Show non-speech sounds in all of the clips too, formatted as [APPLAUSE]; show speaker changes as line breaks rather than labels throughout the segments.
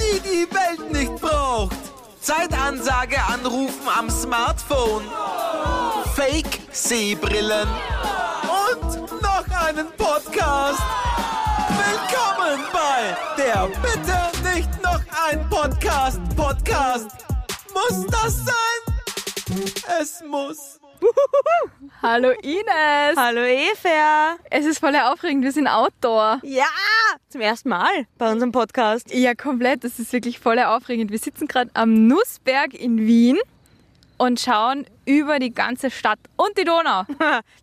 die die Welt nicht braucht. Zeitansage anrufen am Smartphone. Fake-Sehbrillen. Und noch einen Podcast. Willkommen bei der Bitte nicht noch ein Podcast. Podcast. Muss das sein? Es muss.
Hallo Ines.
Hallo Efer.
Es ist voll aufregend, wir sind Outdoor.
Ja, zum ersten Mal bei unserem Podcast.
Ja, komplett, das ist wirklich voll aufregend. Wir sitzen gerade am Nussberg in Wien und schauen über die ganze Stadt und die Donau.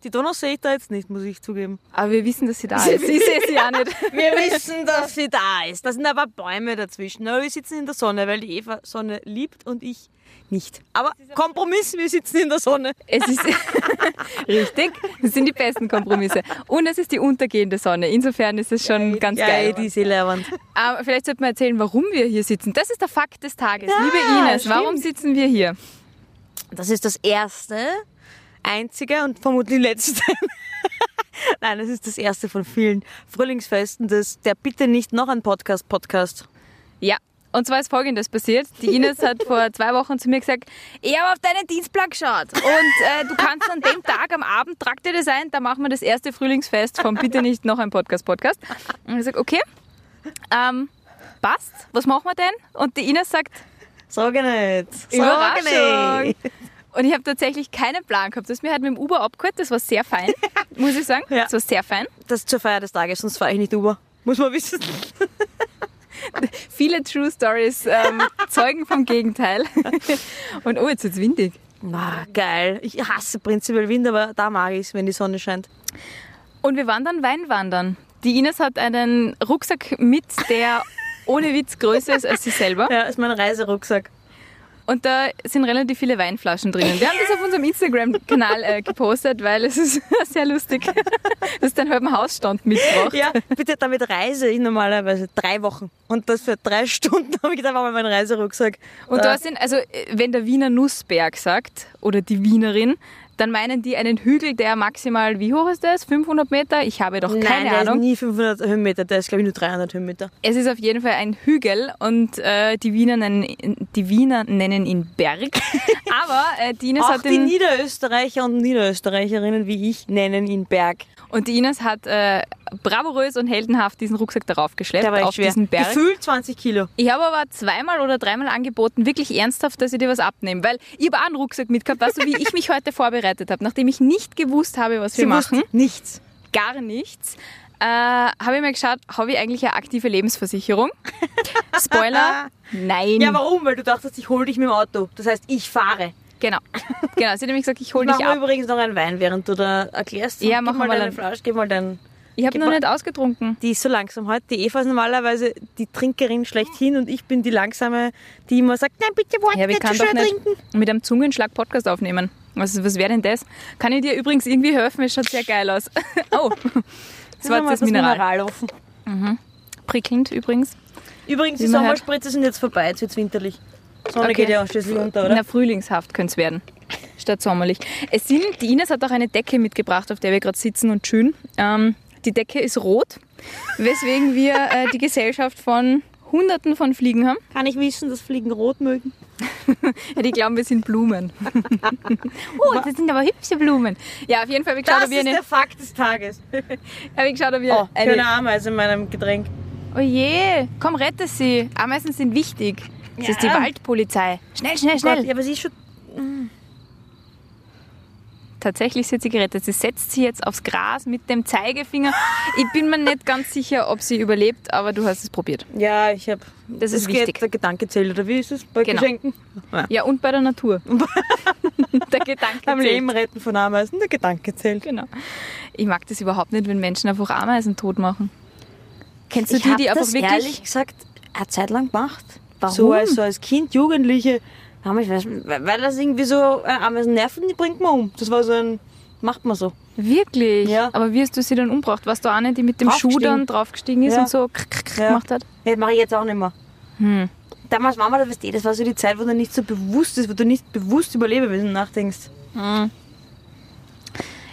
Die Donau sehe ich da jetzt nicht, muss ich zugeben.
Aber wir wissen, dass sie da ist. Ich sehe sie ja nicht.
Wir [LAUGHS] wissen, dass sie da ist. Da sind aber Bäume dazwischen. Aber wir sitzen in der Sonne, weil die Eva Sonne liebt und ich nicht. Aber Kompromiss, wir sitzen in der Sonne.
Es [LAUGHS] ist richtig, das sind die besten Kompromisse. Und es ist die untergehende Sonne. Insofern ist es schon ganz geil.
die ist eh leerwand.
Aber vielleicht sollte man erzählen, warum wir hier sitzen. Das ist der Fakt des Tages. Liebe Ines, warum sitzen wir hier?
Das ist das erste, einzige und vermutlich letzte. [LAUGHS] Nein, das ist das erste von vielen Frühlingsfesten des der bitte nicht noch ein Podcast Podcast.
Ja. Und zwar ist folgendes passiert. Die Ines hat vor zwei Wochen zu mir gesagt, ich habe auf deinen Dienstplan geschaut. Und äh, du kannst an dem Tag am Abend, trag dir das ein, da machen wir das erste Frühlingsfest von Bitte nicht noch ein Podcast-Podcast. Und ich sage, okay, ähm, passt, was machen wir denn? Und die Ines sagt,
Sage nicht. Sag
Überraschung.
nicht.
Und ich habe tatsächlich keinen Plan gehabt. Das ist mir halt mit dem Uber abgeholt, das war sehr fein, muss ich sagen.
Ja.
Das war sehr fein.
Das ist zur Feier des Tages, sonst fahre ich nicht Uber. Muss man wissen.
Viele True Stories ähm, zeugen vom Gegenteil. Und oh, jetzt wird's windig.
Na, geil. Ich hasse prinzipiell Wind, aber da mag ich es, wenn die Sonne scheint.
Und wir waren dann Weinwandern. Die Ines hat einen Rucksack mit, der ohne Witz größer ist als sie selber.
Ja, ist mein Reiserucksack.
Und da sind relativ viele Weinflaschen drinnen. Wir haben das auf unserem Instagram-Kanal äh, gepostet, weil es ist [LAUGHS] sehr lustig. Das ist dann halben Hausstand mitgebracht.
[LAUGHS] Ja, bitte, damit reise ich normalerweise drei Wochen. Und das für drei Stunden [LAUGHS] habe ich dann mal meinen Reiserucksack.
Und
da
da sind, also äh, wenn der Wiener Nussberg sagt, oder die Wienerin, dann meinen die einen Hügel, der maximal, wie hoch ist das? 500 Meter? Ich habe doch keine
Nein, der
Ahnung.
ist nie 500 Höhenmeter, der ist glaube ich nur 300 Höhenmeter.
Es ist auf jeden Fall ein Hügel und äh, die, Wiener nennen, die Wiener nennen ihn Berg. [LAUGHS] Aber äh, die Ines
Auch
hat
die
den,
Niederösterreicher und Niederösterreicherinnen wie ich nennen ihn Berg.
und die Ines hat äh, bravourös und heldenhaft diesen Rucksack darauf geschleppt
Der war echt
auf
schwer.
diesen Berg.
Gefühlt 20 Kilo.
ich habe aber zweimal oder dreimal angeboten, wirklich ernsthaft, dass ich dir was abnehme, weil ich habe auch einen Rucksack mitgehabt, weißt du, wie ich mich heute vorbereitet habe, nachdem ich nicht gewusst habe, was wir machen.
wusste nichts.
gar nichts, äh, habe ich mir geschaut, habe ich eigentlich eine aktive
[LAUGHS]
Lebensversicherung? Spoiler, nein.
Ja, warum? Weil du dachtest, ich hole dich mit dem Auto. Das heißt, ich fahre. [LAUGHS]
Genau. Genau, sie hat nämlich gesagt, ich hol
Ich
dich ab.
mache übrigens noch einen Wein, während du da erklärst.
Ja,
Gib
machen
mal
wir
deine
dann.
Flasche, gib mal deinen.
Ich habe noch
Gib
nicht ausgetrunken.
Die ist so langsam heute. Die Eva ist normalerweise die Trinkerin schlechthin und ich bin die langsame, die immer sagt, nein, bitte warte,
Ja, wir
nicht zu
kann doch
schnell
nicht
trinken.
mit einem Zungenschlag Podcast aufnehmen. Was, was wäre denn das? Kann ich dir übrigens irgendwie helfen? Es schaut sehr geil aus. [LAUGHS]
[LAUGHS]
Oh, das war
Machen wir
jetzt das Mineral.
offen.
Prickelnd übrigens.
Übrigens, die
Wie man hört.
Sommerspritze sind jetzt vorbei, jetzt wird's winterlich. Sonne
Okay.
geht ja auch schließlich unter, oder?
Na, frühlingshaft könnte es werden. Statt sommerlich. Es sind, die Ines hat auch eine Decke mitgebracht, auf der wir gerade sitzen und schön. Ähm, die Decke ist rot, weswegen wir äh, die Gesellschaft von Hunderten von Fliegen haben.
Kann ich wissen, dass Fliegen rot mögen?
Ja, die glauben, wir sind
[LAUGHS]
Blumen. oh, das sind aber hübsche Blumen. Ja, auf jeden Fall habe ich geschaut,
Das
ob wir,
ist
eine,
der Fakt des [LAUGHS] Tages.
habe ich geschaut, ob wir
Oh, schöne
eine...
Ameise in meinem Getränk.
Oh je, komm, rette sie. Ameisen sind wichtig. Das ist die
Ja. Oh
Waldpolizei. Schnell, schnell,
Gott,
schnell.
ja, aber sie ist schon
Tatsächlich ist sie gerettet. Sie setzt sie jetzt aufs Gras mit dem Zeigefinger. Ich bin mir nicht ganz sicher, ob sie überlebt, aber du hast es probiert.
Ja, ich habe.
Das ist wichtig.
Der Gedanke zählt, oder wie ist es bei
Genau.
Geschenken?
Ja, und bei der
[LAUGHS]
Natur. der Gedanke
Beim
zählt.
Leben retten von Ameisen, der Gedanke zählt.
Genau. Ich mag das überhaupt nicht, wenn Menschen einfach Ameisen tot machen. Kennst du
Ich
die,
hab
die einfach
das
wirklich...
ehrlich gesagt eine Zeit lang gemacht.
Warum?
So als, so als Kind, Jugendliche. Ja, Ich weiß, nicht, weil das irgendwie so äh, Ameisen nerven, die bringt man um. Das war so ein, macht man so.
Wirklich?
Ja.
Aber wie hast du sie dann umgebracht? Warst du eine, die mit dem Schuh
Draufgestiegen.
dann draufgestiegen ist
Ja.
und so krr, krr, krr
Ja.
gemacht hat?
Ja, das mache ich jetzt auch nicht mehr. Hm. Damals war mir das, weißt du, das war so die Zeit, wo du nicht so bewusst ist, wo du nicht bewusst über Lebewesen nachdenkst.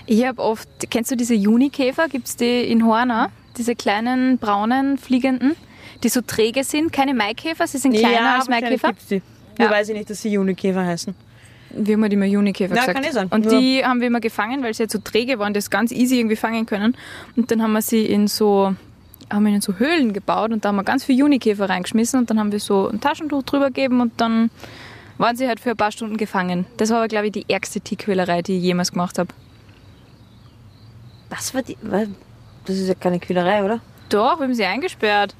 Ich habe oft... Kennst du diese Junikäfer? Gibt es die in Horna? Diese kleinen, braunen, fliegenden? die so träge sind. Keine Maikäfer, sie sind kleiner als
aber wahrscheinlich
Maikäfer.
gibt's die. Nur
Ja.
weiß ich nicht, dass sie Junikäfer heißen.
Wir haben halt immer Junikäfer
Ja,
gesagt.
kann eh sein.
Und
Nur-
die haben wir immer gefangen, weil sie halt so träge waren, das ganz easy irgendwie fangen können. Und dann haben wir sie in so, haben wir in so Höhlen gebaut und da haben wir ganz viel Junikäfer reingeschmissen und dann haben wir so ein Taschentuch drüber gegeben und dann waren sie halt für ein paar Stunden gefangen. Das war aber, glaube ich, die ärgste Tierquälerei, die ich jemals gemacht habe.
Was war die. wa- Das ist ja keine Quälerei, oder?
Doch, wir haben sie eingesperrt.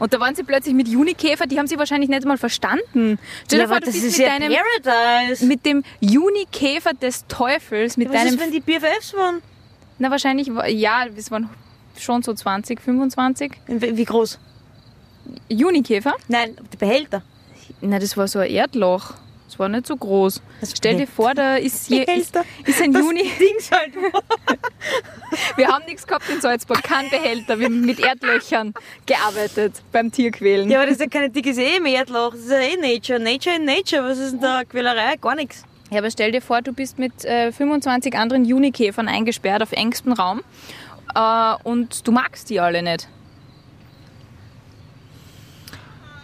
Und da waren sie plötzlich mit Junikäfer, die haben sie wahrscheinlich nicht mal verstanden. Stell dir
aber
vor, du
das
bist
ist
mit,
ja
deinem,
Paradise.
mit dem Junikäfer des Teufels, mit
Was
deinem
ist, wenn die BFFs waren?
Na, wahrscheinlich, wa- ja, es waren schon so 20, 25.
Wie wie groß?
Junikäfer?
Nein, die Behälter.
Na, das war so ein Erdloch. Das war nicht so groß.
Das
Stell dir
Behälter.
vor, da ist, je, ist, ist ein [LAUGHS]
das
Juni.
Dings halt.
Wir haben nichts gehabt in Salzburg. Kein Behälter. Wir haben mit Erdlöchern gearbeitet beim Tierquälen.
[LAUGHS] Ja, aber das ist ja keine dickes eh im Erdloch. Das ist ja eh Nature. Nature in Nature. Was ist denn da? Quälerei? Gar nichts.
Ja, aber stell dir vor, du bist mit äh, 25 anderen Junikäfern eingesperrt auf engstem Raum äh, und du magst die alle nicht.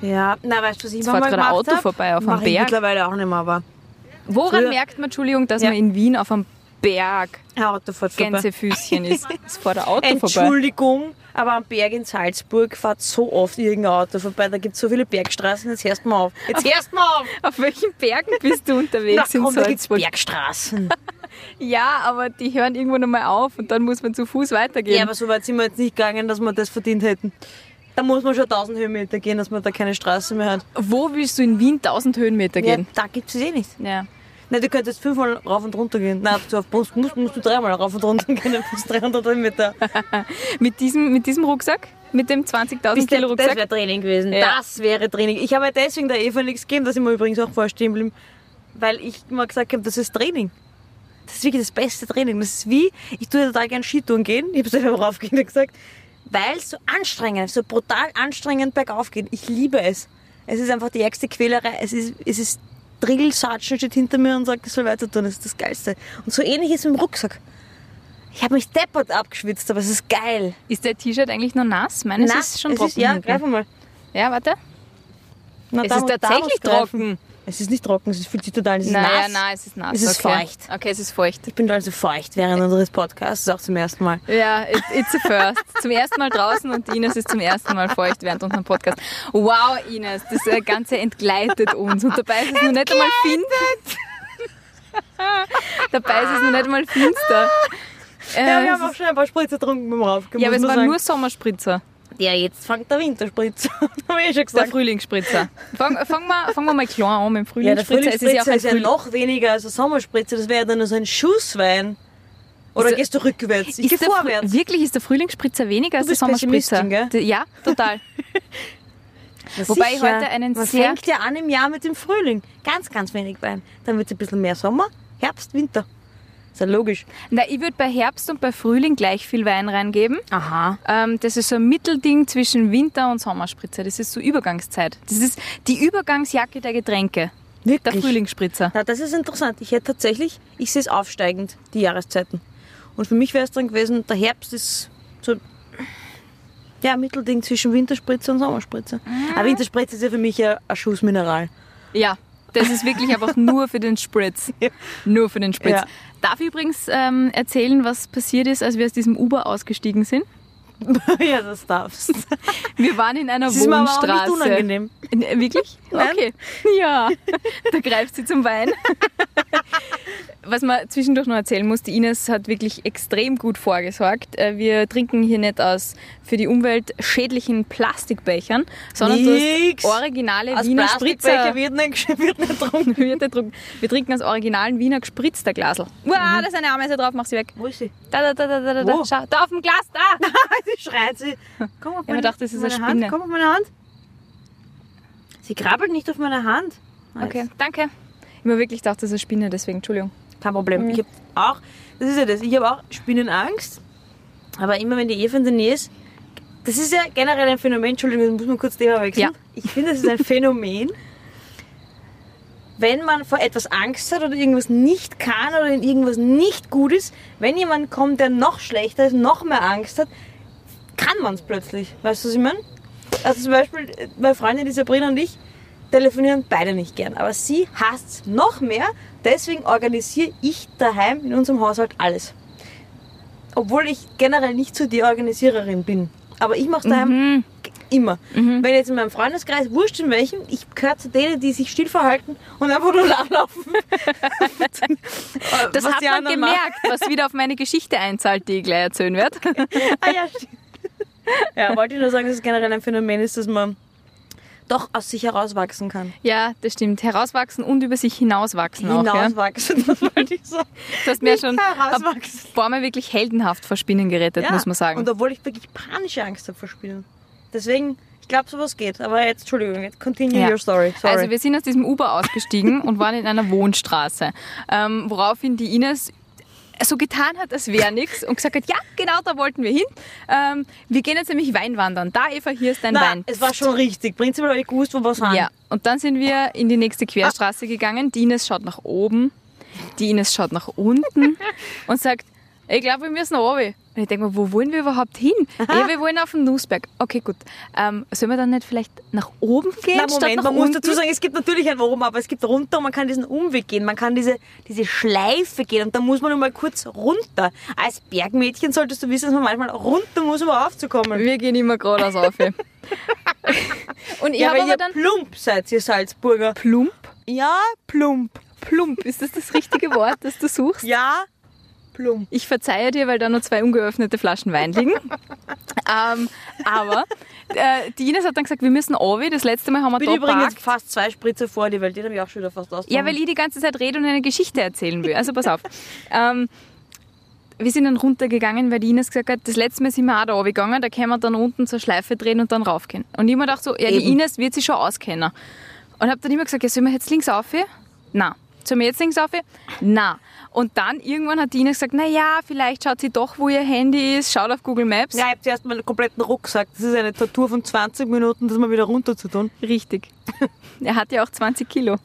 Ja, na weißt du, was ich
fährt
mal
gerade ein
gemacht
Auto
hab?
vorbei auf einem
Mach ich
Berg.
mittlerweile auch nicht mehr, aber
Woran
Früher-
merkt man, Entschuldigung, dass
Ja.
man in Wien auf einem Berg
ein Auto fährt vorbei.
Gänsefüßchen
[LAUGHS]
ist? Das vor der Auto vorbei.
Entschuldigung, aber am Berg in Salzburg fährt so oft irgendein Auto vorbei. Da gibt es so viele Bergstraßen, jetzt hörst du mal auf. Jetzt hörst du mal auf!
Auf welchen Bergen bist du
Na
unterwegs
komm,
in
da gibt's
Salzburg?
Bergstraßen.
Ja, aber die hören irgendwann einmal auf und dann muss man zu Fuß weitergehen.
ja, aber so weit sind wir jetzt nicht gegangen, dass wir das verdient hätten. Da muss man schon 1000 Höhenmeter gehen, dass man da keine Straße mehr hat.
Wo willst du in Wien 1000 Höhenmeter
Ja,
gehen?
da gibt es eh nicht.
Ja.
Nein, du könntest fünfmal rauf und runter gehen. Nein, du auf Brust musst, musst du dreimal rauf und runter gehen, [LAUGHS] dann bist du 300 Höhenmeter.
Mit, diesem, mit diesem Rucksack? Mit dem 20.000 Kilo
das
Rucksack?
wäre Training gewesen.
Ja.
Das wäre Training. Ich habe ja deswegen der Eva nichts gegeben, dass ich mir übrigens auch vorstehen blieb, weil ich immer gesagt habe, das ist Training. Das ist wirklich das beste Training. Das ist wie, ich tue ja total gern Skitouren gehen, ich habe es ja beim [LAUGHS] Raufgehen gesagt, weil es so anstrengend, so brutal anstrengend bergauf geht. Ich liebe es. Es ist einfach die ärgste Quälerei. Es ist, es ist Drill Sergeant steht hinter mir und sagt, ich soll weiter tun. Das ist das Geilste. Und so ähnlich ist es mit dem Rucksack. Ich habe mich deppert abgeschwitzt, aber es ist geil.
Ist der T-Shirt eigentlich noch nass? Meines
Na,
ist schon
es
trocken.
ja,
hinten.
greif mal.
ja, warte.
Na,
Es
da
ist
muss-
tatsächlich
da muss greifen.
trocken.
Es ist nicht trocken, es fühlt sich total es ist
naja,
nass.
nein, es ist nass.
Es ist
okay.
feucht.
Okay, es ist feucht.
Ich bin also feucht während unseres Podcasts, auch zum ersten Mal.
Ja, it, it's a first. zum ersten Mal draußen und die Ines ist zum ersten Mal feucht während unserem Podcast. Wow, Ines, das äh, Ganze entgleitet uns. Und dabei ist es noch nicht einmal finster. [LAUGHS] dabei ist es noch nicht einmal finster. Äh,
Ja, wir
es
haben auch schon ein paar Spritzer getrunken beim Raufgehen.
Ja, aber es
muss
waren
man sagen.
nur Sommerspritzer,
Ja, jetzt fängt der Winterspritzer. [LAUGHS] Habe ich eh schon
der
gesagt.
Frühlingsspritzer. Fangen fang wir fang mal klein an mit dem
ja, der
Frühlingsspritzer. Es
Frühlingsspritzer ist ja,
ein Frühling-
noch weniger als der Sommerspritzer. Das wäre ja dann nur so ein Schusswein. Oder
Ist der-
gehst du rückwärts? Ich
Ist
gehe
der Frü-
vorwärts.
Wirklich, ist der Frühlingsspritzer weniger als der
bist
Sommerspritzer?
Pessimistin, gell?
D- Ja, total. Wobei ich
Sicher.
heute einen
Man
sehr-
fängt ja an im Jahr mit dem Frühling. Ganz, ganz wenig Wein. Dann wird es ein bisschen mehr Sommer, Herbst, Winter. Ist ja logisch.
Na, ich würde bei Herbst und bei Frühling gleich viel Wein reingeben.
Aha.
Ähm, das ist so ein Mittelding zwischen Winter- und Sommerspritzer. Das ist so Übergangszeit. Das ist die Übergangsjacke der Getränke. Der
Wirklich?
Frühlingsspritzer.
Na, das ist interessant. Ich hätte tatsächlich, ich sehe es aufsteigend, die Jahreszeiten. Und für mich wäre es dann gewesen, der Herbst ist so, ja, Mittelding zwischen Winterspritze und Sommerspritze.
Ah.
Aber Winterspritze ist ja für mich ja ein Schussmineral.
Ja, das ist wirklich
[LAUGHS]
einfach nur für den Spritz. Nur für den Spritz.
Ja.
Darf ich übrigens ähm, erzählen, was passiert ist, als wir aus diesem Uber ausgestiegen sind?
[LAUGHS] ja, das darfst.
Wir waren in einer
Das ist mir aber auch
Wohnstraße.
nicht unangenehm.
N- äh, Wirklich?
Nein.
Okay. Ja, [LAUGHS] da greift sie zum Wein. [LAUGHS] Was man zwischendurch noch erzählen muss, die Ines hat wirklich extrem gut vorgesorgt. Äh, Wir trinken hier nicht aus für die Umwelt schädlichen Plastikbechern, sondern
Nix.
du hast originale
Aus
Wiener
Plastikbecher
Spritzer. [LAUGHS]
wird nicht, wird nicht getrunken.
Wir trinken- wir trinken aus originalen Wiener Mhm. gespritzter Glasel. Wow, da ist eine Ameise drauf, mach sie weg.
Wo ist sie?
Da, da, da, da, da, da, da.
Wo?
Schau, da auf dem Glas, da!
sie schreit sie. Komm auf
Ja, man dachte, das ist eine
meine
Spinne.
Hand. Komm auf meine Hand. Sie krabbelt nicht auf meine Hand.
[LAUGHS]
Nice.
Okay, danke. Ich habe wirklich gedacht, das ist eine Spinne, deswegen, Entschuldigung.
Kein Problem. Ich habe auch, das ist ja das, ich habe auch Spinnenangst. Aber immer wenn die Eva in der Nähe ist, das ist ja generell ein Phänomen, Entschuldigung, das muss man kurz Thema wechseln.
Ja.
Ich finde, das ist ein Phänomen, wenn man vor etwas Angst hat oder irgendwas nicht kann oder in irgendwas nicht gut ist, wenn jemand kommt, der noch schlechter ist, noch mehr Angst hat, kann man es plötzlich. Weißt du, was ich meine? Also zum Beispiel, äh, meine Freundin, die Sabrina und ich, telefonieren beide nicht gern. Aber sie hasst es noch mehr. Deswegen organisiere ich daheim in unserem Haushalt alles. Obwohl ich generell nicht so die Organisiererin bin. Aber ich mache daheim
Mhm.
g- immer. Wenn jetzt in meinem Freundeskreis, wurscht in welchem, ich gehöre zu denen, die sich still verhalten und einfach nur [LAUGHS] nachlaufen.
Das
Was
hat
die
man
anderen machen.
gemerkt, was wieder auf meine Geschichte einzahlt, die ich gleich erzählen werde.
[LAUGHS] Ah ja, stimmt. Ja, wollte ich nur sagen, dass es generell ein Phänomen ist, dass man doch aus sich herauswachsen kann.
[LAUGHS] Ja, das stimmt. Herauswachsen und über sich hinauswachsen auch. Ja?
Hinauswachsen, [LAUGHS] das wollte ich sagen.
Du hast mir schon ein
herauswachsen.
paar Mal wirklich heldenhaft vor Spinnen gerettet, muss man sagen.
Und obwohl ich wirklich panische Angst habe vor Spielen. Deswegen, ich glaube, sowas geht. Aber jetzt, Entschuldigung, jetzt continue
Ja.
your story. Sorry.
Also wir sind aus diesem Uber [LAUGHS] ausgestiegen und waren in einer Wohnstraße, ähm, woraufhin die Ines so getan hat, als wäre nichts und gesagt hat, ja, genau, da wollten wir hin. Ähm, wir gehen jetzt nämlich Wein wandern. Da, Eva, hier ist dein
Nein,
Wein.
es war schon richtig. Prinzipiell habe ich gewusst, wo was haben.
Ja, und dann sind wir in die nächste
Ah.
Querstraße gegangen. Die Ines schaut nach oben, die Ines schaut nach
[LAUGHS]
unten und sagt, ich glaube, wir müssen runter. Und ich denke mir, wo wollen wir überhaupt
[LAUGHS]
hin? Ja, wir wollen auf den Nussberg. Okay, gut. Ähm, sollen wir dann nicht vielleicht nach oben gehen
Na,
statt
Moment,
nach
man muss
unten?
dazu sagen, es gibt natürlich ein Warum, aber es gibt runter und man kann diesen Umweg gehen, man kann diese, diese Schleife gehen und da muss man nur mal kurz runter. Als Bergmädchen solltest du wissen, dass man manchmal runter muss, um aufzukommen.
Wir gehen immer geradeaus auf.
[LAUGHS]
ja. [LAUGHS] Und ich
Ja,
hab
weil
habe
ihr
aber dann
plump seid, ihr Salzburger.
plump,
Ja, plump.
plump, ist das das richtige Wort, das du suchst?
Ja, plump.
Ich verzeihe dir, weil da nur zwei ungeöffnete Flaschen Wein
[LAUGHS]
liegen. ähm, aber äh, die Ines hat dann gesagt, wir müssen runter. Das letzte Mal haben wir
Bin
da
übrigens
parkt.
fast zwei Spritze vor dir, weil den habe ich auch schon wieder fast aus.
Ja, weil ich die ganze Zeit rede und eine Geschichte erzählen will. Also pass
[LAUGHS]
auf. Ähm, wir sind dann runtergegangen, weil die Ines gesagt hat, das letzte Mal sind wir auch da runtergegangen, da können wir dann unten zur Schleife drehen und dann raufgehen. Und ich hab mir gedacht so, ja, die
Eben.
Ines wird sich schon auskennen. Und habe dann immer gesagt, ja, sollen wir jetzt links auf? Na. Sollen wir jetzt links auf? Na. Und dann irgendwann hat die Ines gesagt, na ja, vielleicht schaut sie doch, wo ihr Handy ist, schaut auf Google Maps.
Ja, ich habe zuerst meinen kompletten Rucksack. Das ist eine Tortur von 20 Minuten, das mal wieder runter zu tun.
Richtig. er hat ja auch 20
[LAUGHS]
Kilo.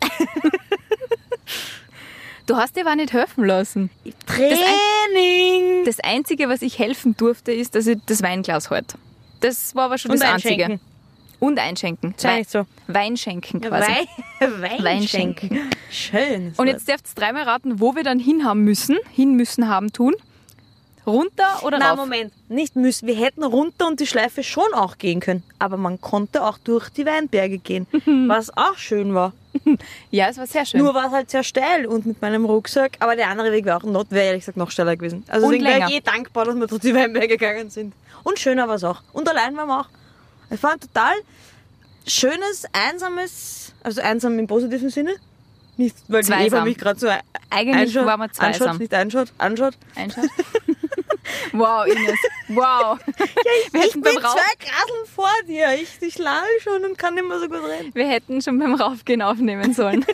du hast dir aber nicht helfen lassen.
Training!
Das Einzige, was ich helfen durfte, ist, dass ich das Weinglas halte. Das war aber schon
Und
das Einzige.
einschenken.
Und einschenken.
Sei nicht so.
Wein schenken quasi. [LAUGHS]
Wei- Wein
Weinschenken.
schenken. Schön.
Und jetzt dürft ihr dreimal raten, wo wir dann hin haben müssen. Hin müssen haben tun. Runter oder
Na
rauf?
Moment, nicht müssen. Wir hätten runter und die Schleife schon auch gehen können. Aber man konnte auch durch die
[LAUGHS]
Weinberge gehen, was auch schön war.
Ja, es war sehr schön.
Nur war es halt sehr steil und mit meinem Rucksack. Aber der andere Weg wäre auch not, wäre ehrlich gesagt noch steiler gewesen. Also
Und
deswegen wäre ich
länger.
eh dankbar, dass wir durch die Weinberge gegangen sind. Und schöner war es auch. Und allein waren wir auch. Es war ein total schönes, einsames, also einsam im positiven Sinne. Nicht, weil die
Zweisam.
Eva mich gerade so
Eigentlich
einschaut,
waren wir
anschaut,
zweisam.
nicht einschaut, anschaut.
Einschaut. [LAUGHS] wow, Ines. Wow. wir,
Ich
hätten
bin
beim Rauf,
zwei Graseln vor dir. Ich, ich lall schon und kann nicht mehr so gut reden.
wir hätten schon beim Raufgehen aufnehmen sollen.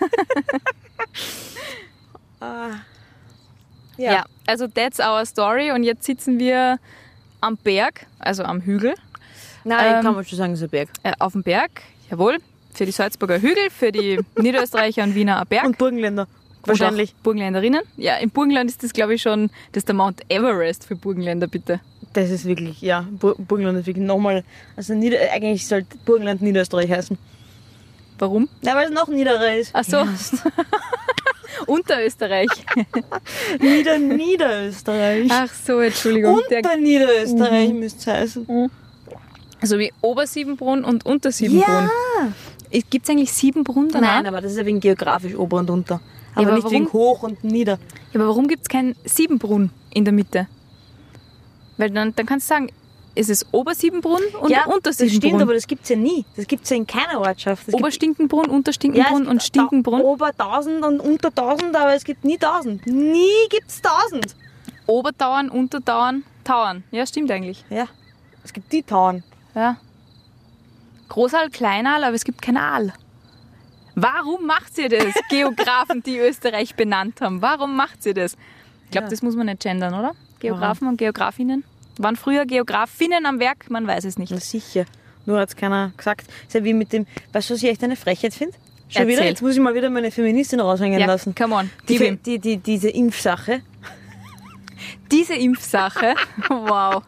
Ah.
Ja. also that's our story. Und jetzt sitzen wir am Berg, also am Hügel,
Nein,
Ähm,
kann man schon sagen, es ist ein Berg.
äh, auf dem Berg, jawohl, für die Salzburger Hügel, für die
[LAUGHS]
Niederösterreicher und Wiener ein Berg.
Und Burgenländer. Wahrscheinlich.
Und auch Burgenländerinnen. Ja, im Burgenland ist das, glaube ich, schon, das ist der Mount Everest für Burgenländer, bitte.
Das ist wirklich, ja, Bur Burgenland ist wirklich nochmal, also Nieder eigentlich sollte Burgenland Niederösterreich heißen.
Warum?
Na, weil es noch niederer [LAUGHS] ist.
Ach so. [LAUGHS] Unterösterreich.
Nieder Niederösterreich.
Ach so, Entschuldigung.
Unter Niederösterreich müsste es heißen.
so wie Obersiebenbrunn und Untersiebenbrunn. Gibt es eigentlich Siebenbrunn danach?
Nein, aber das ist ja wegen geografisch ober und unter. Aber,
aber
nicht
warum?
wegen hoch und nieder.
Ja, aber warum gibt es keinen Siebenbrunn in der Mitte? Weil dann, dann kannst du sagen, es ist Obersiebenbrunn und
das stimmt, aber
Untersiebenbrunn.
das gibt es ja nie. Das gibt es ja in keiner Ortschaft. Es gibt-
Oberstinkenbrunn,
Ja, es
Unterstinkenbrunn
gibt
und
da-
Stinkenbrunn.
Ober 1000 und unter 1000, aber es gibt nie 1000. Nie gibt es 1000.
Obertauern, Untertauern, Tauern. Ja, stimmt eigentlich.
Ja, es gibt die Tauern.
Ja. Großal, Kleinal, aber es gibt kein Aal. Warum macht ihr
[LAUGHS]
das, Geografen, die Österreich benannt haben? Warum macht ihr das? Ich glaube,
Ja.
das muss man nicht gendern, oder? Geografen und Geografinnen. Waren früher Geografinnen am Werk? Man weiß es nicht.
Na sicher. Nur hat es keiner gesagt. Ist ja wie mit dem, weißt du, was ich echt eine Frechheit finde? Schon
Erzähl.
wieder, jetzt muss ich mal wieder meine Feministin raushängen
Ja,
lassen.
come on.
Die,
gib ihm.
die, die, diese Impfsache. [LAUGHS]
Diese Impfsache, wow.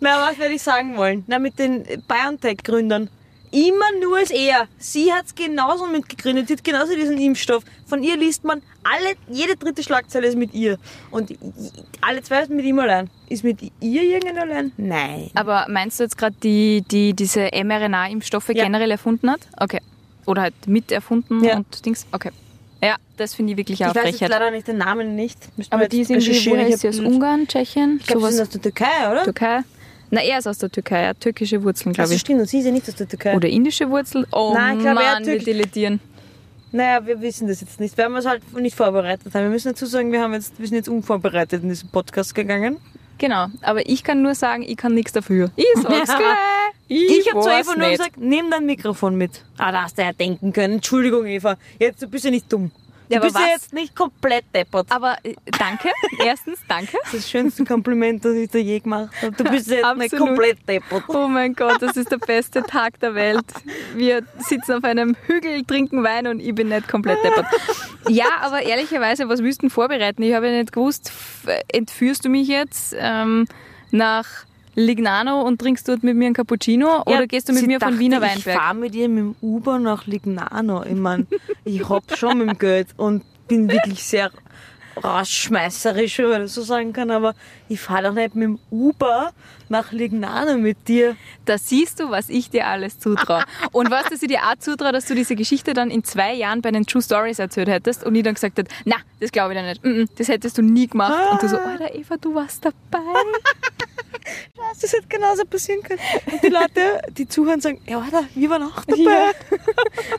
Na, was werde ich sagen wollen? Na, mit den BioNTech-Gründern. Immer nur es er. Sie hat es genauso mitgegründet. Sie hat genauso diesen Impfstoff. Von ihr liest man, alle, jede dritte Schlagzeile ist mit ihr. Und j- alle zwei ist mit ihm allein. Ist mit ihr irgendein allein? Nein.
Aber meinst du jetzt gerade die, die diese mRNA-Impfstoffe
Ja.
generell erfunden hat? Okay. Oder halt mit erfunden
Ja.
und Dings? Okay. Ja, das finde ich wirklich auch
Ich weiß jetzt
Frechheit.
leider nicht den Namen nicht. Müssen
Aber
wir
die
jetzt
sind wie,
recherchieren.
woher
Ich
ist sie?
hab-
Aus Ungarn, Tschechien?
Ich glaube,
sowas.
sie sind aus der Türkei, oder?
Türkei? Na, er ist aus der Türkei, ja. Türkische Wurzeln, glaube
Also
ich.
stimmt, und sie ist ja nicht aus der Türkei.
Oder indische Wurzeln? Oh
Nein, ich glaube, er
Mann, wir
hat Türkisch-
dilettieren.
Naja, wir wissen das jetzt nicht. Wir haben uns halt nicht vorbereitet. haben. Wir müssen dazu sagen, wir, haben jetzt, wir sind jetzt unvorbereitet in diesen Podcast
[LAUGHS]
gegangen.
Genau, aber ich kann nur sagen, ich kann nichts dafür. [LAUGHS] Ich sag's gleich.
[LAUGHS] Ich, habe zu
weiß
Eva nur
nicht.
gesagt, nimm dein Mikrofon mit. Ah, da hast du ja denken können. Entschuldigung, Eva. Jetzt, du bist ja nicht dumm. Du
Ja, aber
bist ja
was?
jetzt nicht komplett deppert.
Aber äh, danke, erstens danke.
Das ist das schönste Kompliment, das ich dir je gemacht habe. Du bist ja jetzt nicht
Absolut.
komplett deppert.
Oh mein Gott, das ist der beste Tag der Welt. Wir sitzen auf einem Hügel, trinken Wein und ich bin nicht komplett deppert. Ja, aber ehrlicherweise, was willst du denn vorbereiten? Ich habe ja nicht gewusst, f- entführst du mich jetzt ähm, nach Lignano und trinkst dort mit mir einen Cappuccino oder gehst du mit
sie
mir von
dachte,
Wiener
Ich
Weinberg?
fahre mit ihr mit dem Uber nach Lignano. Ich meine, ich hab schon mit dem Geld und bin wirklich sehr rausschmeißerisch, wenn man das so sagen kann, aber ich fahre doch nicht mit dem Uber nach Lignano mit dir.
Da siehst du, was ich dir alles zutraue. Und was, dass ich dir auch zutraue, dass du diese Geschichte dann in zwei Jahren bei den True Stories erzählt hättest und ich dann gesagt hätte, na, das glaube ich dir nicht. Mm, mm, das hättest du nie gemacht. Und du so,
Ah.
Alter Eva, du warst dabei.
Das hätte genauso passieren können. Und die Leute, die zuhören, sagen, ja, Alter, wir waren auch dabei.
Ja.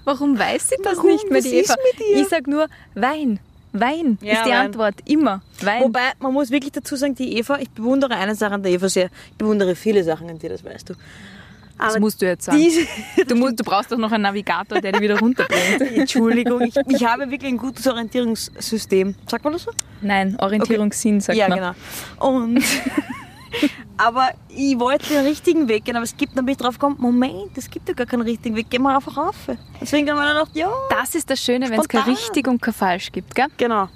Warum weiß sie das
Warum?
nicht mehr,
Was
die
ist
Eva?
mit ihr?
Ich sag nur Wein. Wein
Ja,
ist die
Wein.
Antwort. Immer. Wein.
Wobei, man muss wirklich dazu sagen, die Eva, ich bewundere eine Sache an der Eva sehr. Ich bewundere viele Sachen an dir, das weißt du.
das
Aber
musst du jetzt sagen.
diese,
Du, musst, du brauchst doch noch einen Navigator, der dich wieder
[LAUGHS]
runterbringt.
Entschuldigung, ich, ich habe wirklich ein gutes Orientierungssystem. Sagt man das so?
Nein, Orientierungssinn, sagt
ja,
man.
genau. [LAUGHS] Und aber ich wollte den richtigen Weg gehen, aber es gibt, dann bin ich drauf gekommen, Moment, es gibt ja gar keinen richtigen Weg, gehen wir einfach rauf. Deswegen haben wir dann gedacht, ja.
Das ist das Schöne, wenn es kein
Spontan.
richtig und kein falsch gibt, gell?
Genau,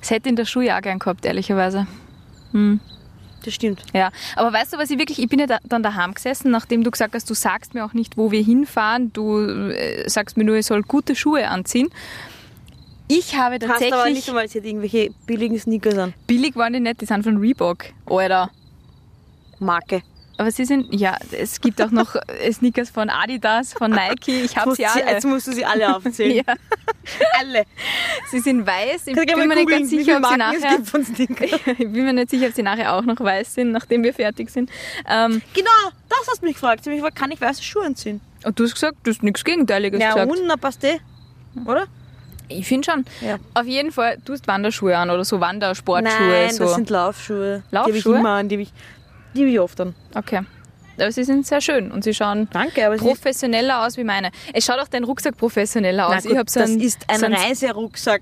Das hätte ich in der Schule auch gern gehabt, ehrlicherweise.
das stimmt.
Ja, aber weißt du, was ich wirklich, ich bin ja da, dann daheim gesessen, nachdem du gesagt hast, du sagst mir auch nicht, wo wir hinfahren, du äh, sagst mir nur, ich soll gute Schuhe anziehen. Ich habe
Passt
tatsächlich...
aber nicht einmal, sie hat irgendwelche billigen Sneakers an.
Billig waren die nicht, die sind von Reebok. Alter.
Marke.
Aber sie sind, ja, es gibt auch
[LAUGHS]
noch äh, Sneakers von Adidas, von Nike, ich habe
Musst
sie
sie-
alle.
Jetzt musst du sie alle [LAUGHS] aufzählen.
Ja,
Alle.
sie sind weiß. Ich
Kannst
bin
gerne
mir
mal
nicht
googeln,
ganz
wie viele
sicher, ob sie,
Marken es
nachher,
gibt von Sneakers.
[LAUGHS] ich bin mir nicht sicher, ob sie nachher auch noch weiß sind, nachdem wir fertig sind. Ähm,
[LAUGHS] Genau, das hast du mich gefragt. Sie hat mich gefragt, kann ich weiße Schuhe anziehen?
und du hast gesagt, du hast nichts Gegenteiliges gesagt.
und, na passt eh. Oder?
Ich finde schon.
Ja.
Auf jeden Fall, du hast Wanderschuhe an oder so Wandersportschuhe.
Nein,
so.
das sind Laufschuhe. Die habe ich
Laufschuhe?
immer an, die habe ich, die habe ich oft an.
okay. Aber sie sind sehr schön und sie schauen
Danke, aber sie
professioneller aus wie meine. Es schaut auch dein Rucksack professioneller aus.
Na gut,
ich hab so
das
einen-
ist ein
so einen [LAUGHS]
Reiserucksack.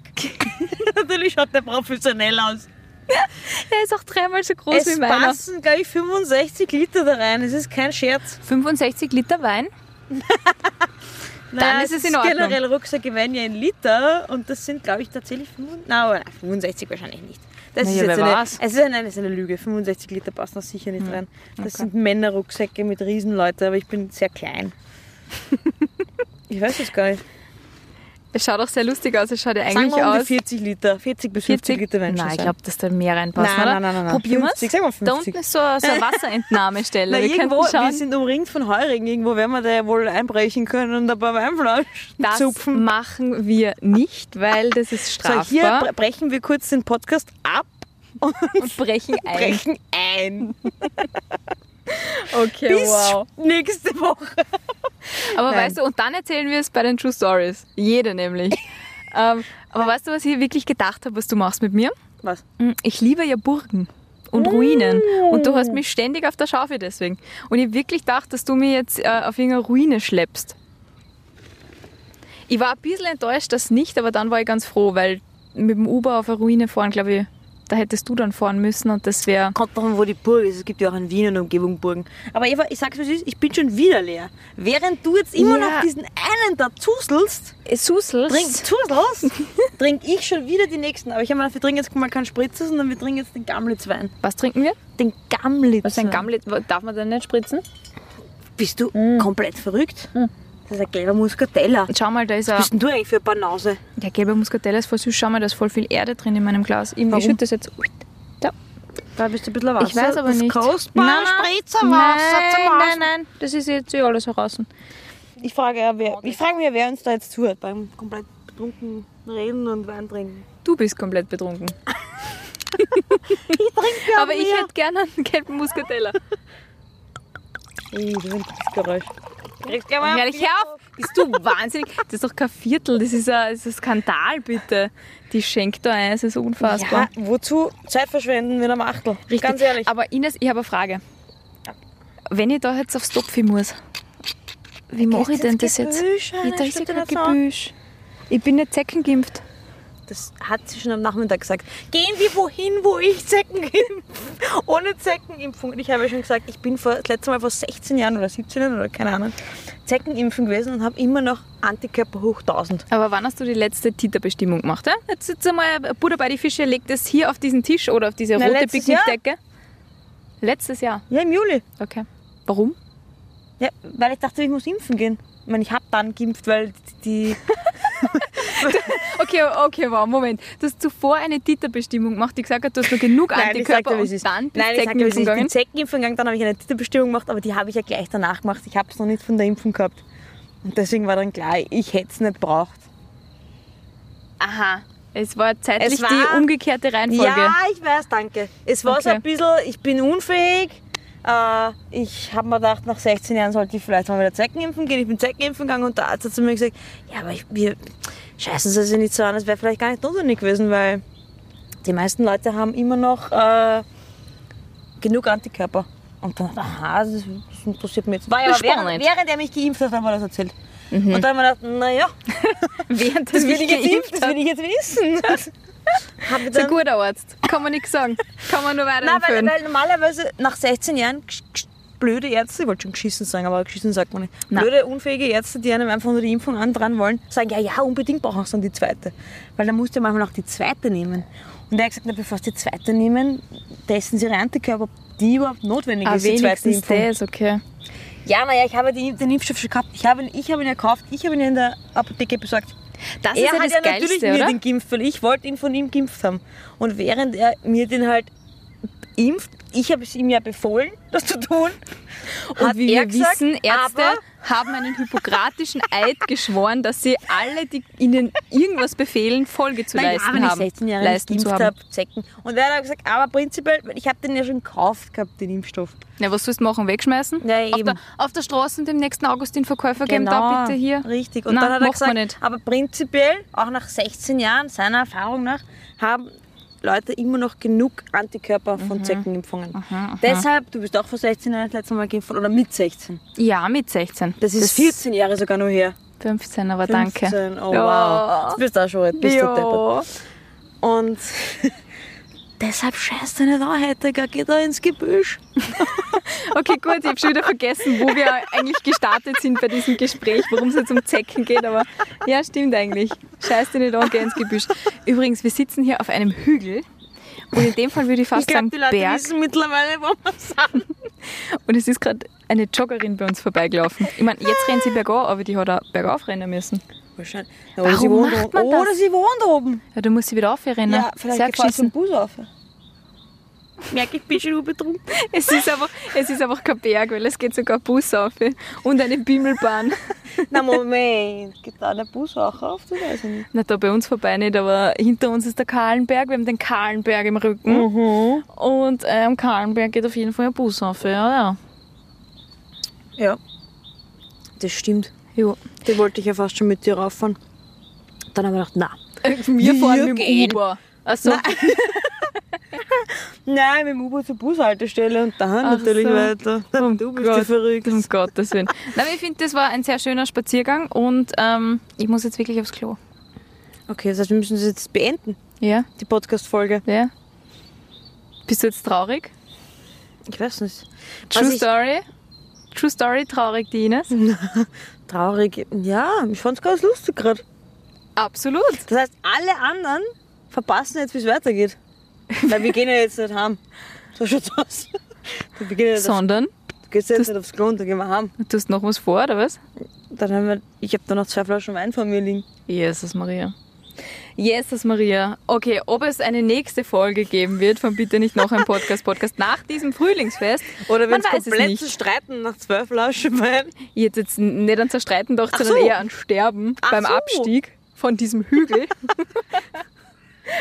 Natürlich schaut der professionell aus.
Der ist auch dreimal so groß
es
wie meiner.
passen, glaube ich, 65 Liter da rein. Es ist kein Scherz.
65 Liter Wein.
Nein,
ist es in Ordnung.
generell Rucksäcke werden ja in Liter und das sind, glaube ich, tatsächlich 65, nein, 65 wahrscheinlich nicht. Das
Na
ist
ja,
jetzt
wer
eine,
weiß. Hm,
es ist, nein, das ist eine Lüge. 65 Liter passen da sicher nicht rein. Das sind Männerrucksäcke mit Riesenleute, aber ich bin
[LAUGHS]
sehr klein. ich weiß es gar nicht.
Es schaut auch sehr lustig aus. Es schaut ja
Sagen
eigentlich
wir um die
aus.
40 Liter, 40 bis 50 Liter werden schon
Nein, ich
sein.
glaube, dass da mehr reinpassen,
Nein,
oder?
nein, nein, nein, nein.
Probieren wir
50, sagen wir
Da
50.
unten ist so, so
[LAUGHS]
eine Wasserentnahmestelle.
Na,
wir
irgendwo,
könnten
wir
schauen.
sind umringt von Heurigen. Irgendwo werden wir da ja wohl einbrechen können und ein paar Weinflaschen
das
zupfen.
machen wir nicht, weil das ist
So, hier
strafbar.
bre- brechen wir kurz den Podcast ab,
und
[LAUGHS]
brechen ein.
brechen ein.
Okay,
Bis
wow.
nächste Woche.
Aber
Nein.
weißt du, und dann erzählen wir es bei den True Stories. Jede
[LAUGHS]
nämlich. ähm, aber weißt du, was ich wirklich gedacht habe, was du machst mit mir?
Was?
Hm, Ich liebe ja Burgen und Ruinen. Und du hast mich ständig auf der Schaufel deswegen. Und ich hab wirklich gedacht, dass du mir jetzt äh, auf irgendeine Ruine schleppst. Ich war ein bisschen enttäuscht, dass nicht, aber dann war ich ganz froh, weil mit dem Uber auf eine Ruine fahren, glaube ich, da hättest du dann fahren müssen und das wäre.
Kommt davon, wo die Burg ist. Es gibt ja auch in Wien und Umgebung Burgen. Aber Eva, ich sag's mir süß, ich bin schon wieder leer. Während du jetzt immer
Ja.
noch diesen einen da zuselst,
Susels.
trink, [LAUGHS] zuselst, trink ich schon wieder die nächsten. Aber ich habe mir gedacht, wir trinken jetzt mal keinen Spritzer, sondern wir trinken jetzt den Gamlitzwein.
Was trinken wir?
Den Gamlitz.
Was ist ein Gamlet? Darf man denn nicht spritzen?
Bist du
Mm.
komplett verrückt? Das ist ein gelber Muscatella. Was
Schau mal, da ist ein.
bist denn du eigentlich für eine Banause?
Der gelbe Muscatella ist voll süß. Schau mal, da ist voll viel Erde drin in meinem Glas. Irgendwie
Warum?
schüttet das jetzt. Da.
Da bist du ein bisschen Wasser.
Ich weiß aber nicht.
Kostbare Spritzerwasser zum
nein,
Aus.
nein, das ist jetzt eh alles heraus.
Ich frage, ja, wer, ich frage mich, ja, wer uns da jetzt zuhört beim komplett betrunken Reden und Wein trinken.
Du bist komplett betrunken.
Ich trinke ja
Aber ich hätte gerne einen gelben [LAUGHS] Muscatella.
Ey, Oh, das ist ein gutes Geräusch. Kriegst du ja mal
Hör dich auf! Bist du wahnsinnig? Das ist doch kein Viertel, das ist ein, das ist ein Skandal, bitte. Die schenkt da ein, es ist unfassbar.
Ja, wozu Zeit verschwenden mit einem Achtel?
Richtig.
Ganz ehrlich.
Aber Ines, ich habe eine Frage. Wenn ich da jetzt aufs Topfi muss, wie mache ich denn das jetzt? Ja, da ist ja kein Gebüsch. Ich bin nicht zeckengeimpft.
Das hat sie schon am Nachmittag gesagt. Gehen wir wohin, wo ich Zecken impfe? Ohne Zeckenimpfung. Und ich habe ja schon gesagt, ich bin vor, das letzte Mal vor 16 Jahren oder 17 Jahren oder keine Ahnung Zeckenimpfen gewesen und habe immer noch Antikörper hoch 1000.
Aber wann hast du die letzte Titerbestimmung gemacht? hä? Jetzt sitzt einmal Buddha bei die Fische, legt es hier auf diesen Tisch oder auf diese
Na,
rote
letztes Jahr.
Picknickdecke. Letztes Jahr,
Ja, im Juli.
okay. Warum?
Ja, weil ich dachte, ich muss impfen gehen. Ich meine, ich habe dann geimpft, weil [LAUGHS] die...
Okay, okay, wow, Moment. Du hast zuvor eine Titerbestimmung gemacht, die gesagt hat, du hast nur [LAUGHS] genug Antikörper
wie es
und
ist.
dann bist
Nein,
du
ich sag dir, wie es
Zeckenimpfen
ist. ich
gegangen.
bin Zeckenimpfung gegangen, dann habe ich eine Titerbestimmung gemacht, aber die habe ich ja gleich danach gemacht. Ich habe es noch nicht von der Impfung gehabt. Und deswegen war dann klar, ich hätte es nicht braucht.
Aha. Es war zeitlich
Es war-
die umgekehrte Reihenfolge.
Ja, ich weiß, danke. Es war so
Okay.
ein bisschen, ich bin unfähig. Äh, ich habe mir gedacht, nach 16 Jahren sollte ich vielleicht mal wieder Zeckenimpfen gehen. Ich bin Zeckenimpfen gegangen und der Arzt hat zu mir gesagt, ja, aber ich, wir scheißen Sie sich nicht so an, das wäre vielleicht gar nicht notwendig gewesen, weil die meisten Leute haben immer noch äh, genug Antikörper. Und dann, aha, das, das interessiert mich jetzt. War ja aber während,
Spannend.
während er mich geimpft hat, hat er mir das erzählt. Und dann habe ich mir gedacht, [LAUGHS] naja,
Während
das,
er
will
mich
ich jetzt impfen,
geimpft
das
hat.
will ich jetzt wissen. [LAUGHS] Hab ich
So
dann-
guter Arzt. Kann man nichts sagen. Kann man nur [LAUGHS]
Nein, weil,
weiterempfehlen.
weil normalerweise nach 16 Jahren gesch- gesch- blöde Ärzte, ich wollte schon geschissen sagen, aber geschissen sagt man nicht.
Nein.
Blöde, unfähige Ärzte, die einem einfach nur die Impfung andran wollen, sagen, ja, ja, unbedingt brauchen sie dann die zweite. Weil dann musst du ja manchmal auch die zweite nehmen. Und er hat gesagt, na, bevor sie die zweite nehmen, testen sie ihre Antikörper, ob die überhaupt notwendig
ah,
ist, die zweite
wenigstens
Impfung.
das, okay.
Ja, naja, ich habe die, den Impfstoff schon gehabt. Ich habe, ihn- ich habe ihn ja gekauft, ich habe ihn in der Apotheke besorgt.
Das ist
er
ja
hat
das
ja
Geilste,
natürlich mir
oder?
den geimpft, weil ich wollte ihn von ihm geimpft haben. Und während er mir den halt impft, ich habe es ihm ja befohlen, das zu tun.
Und
hat
wie
er
wir
gesagt,
wissen, Ärzte
aber-
haben einen hypokratischen Eid geschworen, dass sie alle, die ihnen irgendwas befehlen, Folge zu
Naja,
leisten
wenn ich
haben.
16 Jahre
leisten
nicht
zu
geimpft
haben.
habe, Zecken. Und er hat auch gesagt, aber prinzipiell, weil ich habe den ja schon gekauft gehabt, den Impfstoff.
Na, was sollst du machen? Wegschmeißen?
Ja,
Auf,
eben. Genau.
der, auf der Straße und dem nächsten August den Verkäufer geben, da bitte hier.
Richtig. Und
Nein,
dann hat er
macht man
gesagt,
nicht.
aber prinzipiell, auch nach 16 Jahren, seiner Erfahrung nach, haben Leute immer noch genug Antikörper
Mhm.
von Zeckenimpfungen. Deshalb, du bist auch vor 16 Jahren das letzte Mal geimpft worden, oder mit 16.
Ja, mit 16.
Das ist 14 Jahre sogar nur her.
15, aber
15,
danke.
Oh
Ja.
wow. Jetzt bist du auch schon alt, bist du deppert.
ja.
Und [LAUGHS] deshalb scheiß deine Wahrheit, Digga, geh da ins Gebüsch.
Okay, gut, ich habe schon wieder vergessen, wo wir eigentlich gestartet sind bei diesem Gespräch, worum es jetzt um Zecken geht, aber ja, stimmt eigentlich. Scheiß dir nicht an, geh ins Gebüsch. Übrigens, wir sitzen hier auf einem Hügel und in dem Fall würde ich fast sagen Berg
mittlerweile, wo man sagt.
und es ist gerade eine Joggerin bei uns vorbeigelaufen. Ich meine, jetzt rennt sie bergauf, aber die hat auch bergauf rennen müssen.
Wahrscheinlich. Ja, Oder,
Warum
sie wohnt
macht
oben.
man das?
oder sie wohnt oben.
Ja, du musst sie wieder aufrennen.
Ja,
Sehr
vielleicht gefällt vom
geschissen.
Bus auf. Merke ich, bin schon betrunken.
Es ist, einfach, es ist einfach kein Berg, weil es geht sogar ein Bus auf und eine Bimmelbahn.
[LAUGHS] Na Moment, geht da der Bus auch auf? Du weißt nicht.
Na, da bei uns vorbei nicht, aber hinter uns ist der Kahlenberg. Wir haben den Kahlenberg im Rücken.
Mhm.
Und äh, am Kahlenberg geht auf jeden Fall ein Bus auf. Ja, ja.
Ja. Das stimmt.
Jo.
Den wollte ich ja fast schon mit dir rauffahren. Dann haben wir gedacht, na.
Wir fahren mit dem
gehen.
Uber. Achso,
Nein, mit dem Uber zur Bushaltestelle und dann
Ach
natürlich
so.
weiter. du bist ja
Gott.
verrückt.
um Gottes Willen. Nein, aber ich finde, das war ein sehr schöner Spaziergang und ähm, ich muss jetzt wirklich aufs Klo.
Okay, das heißt, wir müssen das jetzt beenden,
Ja,
die Podcast-Folge.
ja. Bist du jetzt traurig?
Ich weiß nicht.
True
Was ich- Mhm.
Story? True Story, traurig, die Ines?
Traurig. Ja, ich fand's ganz lustig gerade.
Absolut.
Das heißt, alle anderen verpassen jetzt, wie es weitergeht. Weil wir gehen ja jetzt nicht heim. So schaut's aus. Wir gehen ja jetzt, auf,
Sondern,
du gehst jetzt nicht aufs Klo und dann gehen wir heim.
du hast noch was vor, oder was?
Dann haben wir, ich habe da noch zwei Flaschen Wein vor mir liegen.
Jesus Maria. Jesus Maria. Okay, ob es eine nächste Folge geben wird von Bitte nicht noch ein Podcast Podcast nach diesem Frühlingsfest.
Oder
Man
wenn's
weiß es
komplett
nicht.
zerstreiten nach zwei Flaschen Wein. [LAUGHS]
Jetzt, jetzt nicht an Zerstreiten doch, sondern
so.
eher an Sterben
Ach
beim
so.
Abstieg von diesem [LAUGHS] Hügel.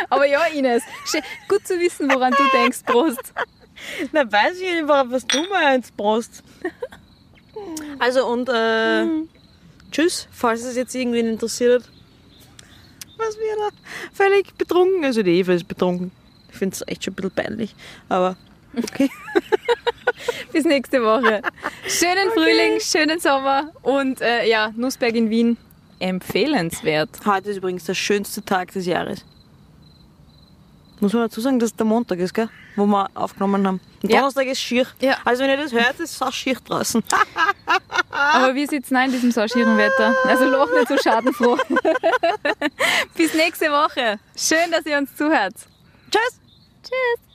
Aber ja, Ines, schön- gut zu wissen, woran du denkst, Prost.
Na, weiß ich einfach, was du meinst, [LAUGHS] Prost. Also und äh, tschüss, falls es jetzt irgendwen interessiert hat. Was wir da völlig betrunken, also die Eva ist betrunken. Ich finde es echt schon ein bisschen peinlich, aber okay.
Bis nächste Woche. Schönen Frühling, schönen Sommer und äh, ja, Nussberg in Wien empfehlenswert.
Heute ist übrigens der schönste Tag des Jahres. Muss man dazu sagen, dass der Montag ist, gell? Wo wir aufgenommen haben. Und
Ja.
Donnerstag ist schier.
Ja.
Also wenn ihr das hört, ist es auch schier draußen.
Aber wir sitzen auch in diesem sauschieren Wetter. Also loch nicht so schadenfroh. Bis nächste Woche. Schön, dass ihr uns zuhört.
Tschüss!
Tschüss.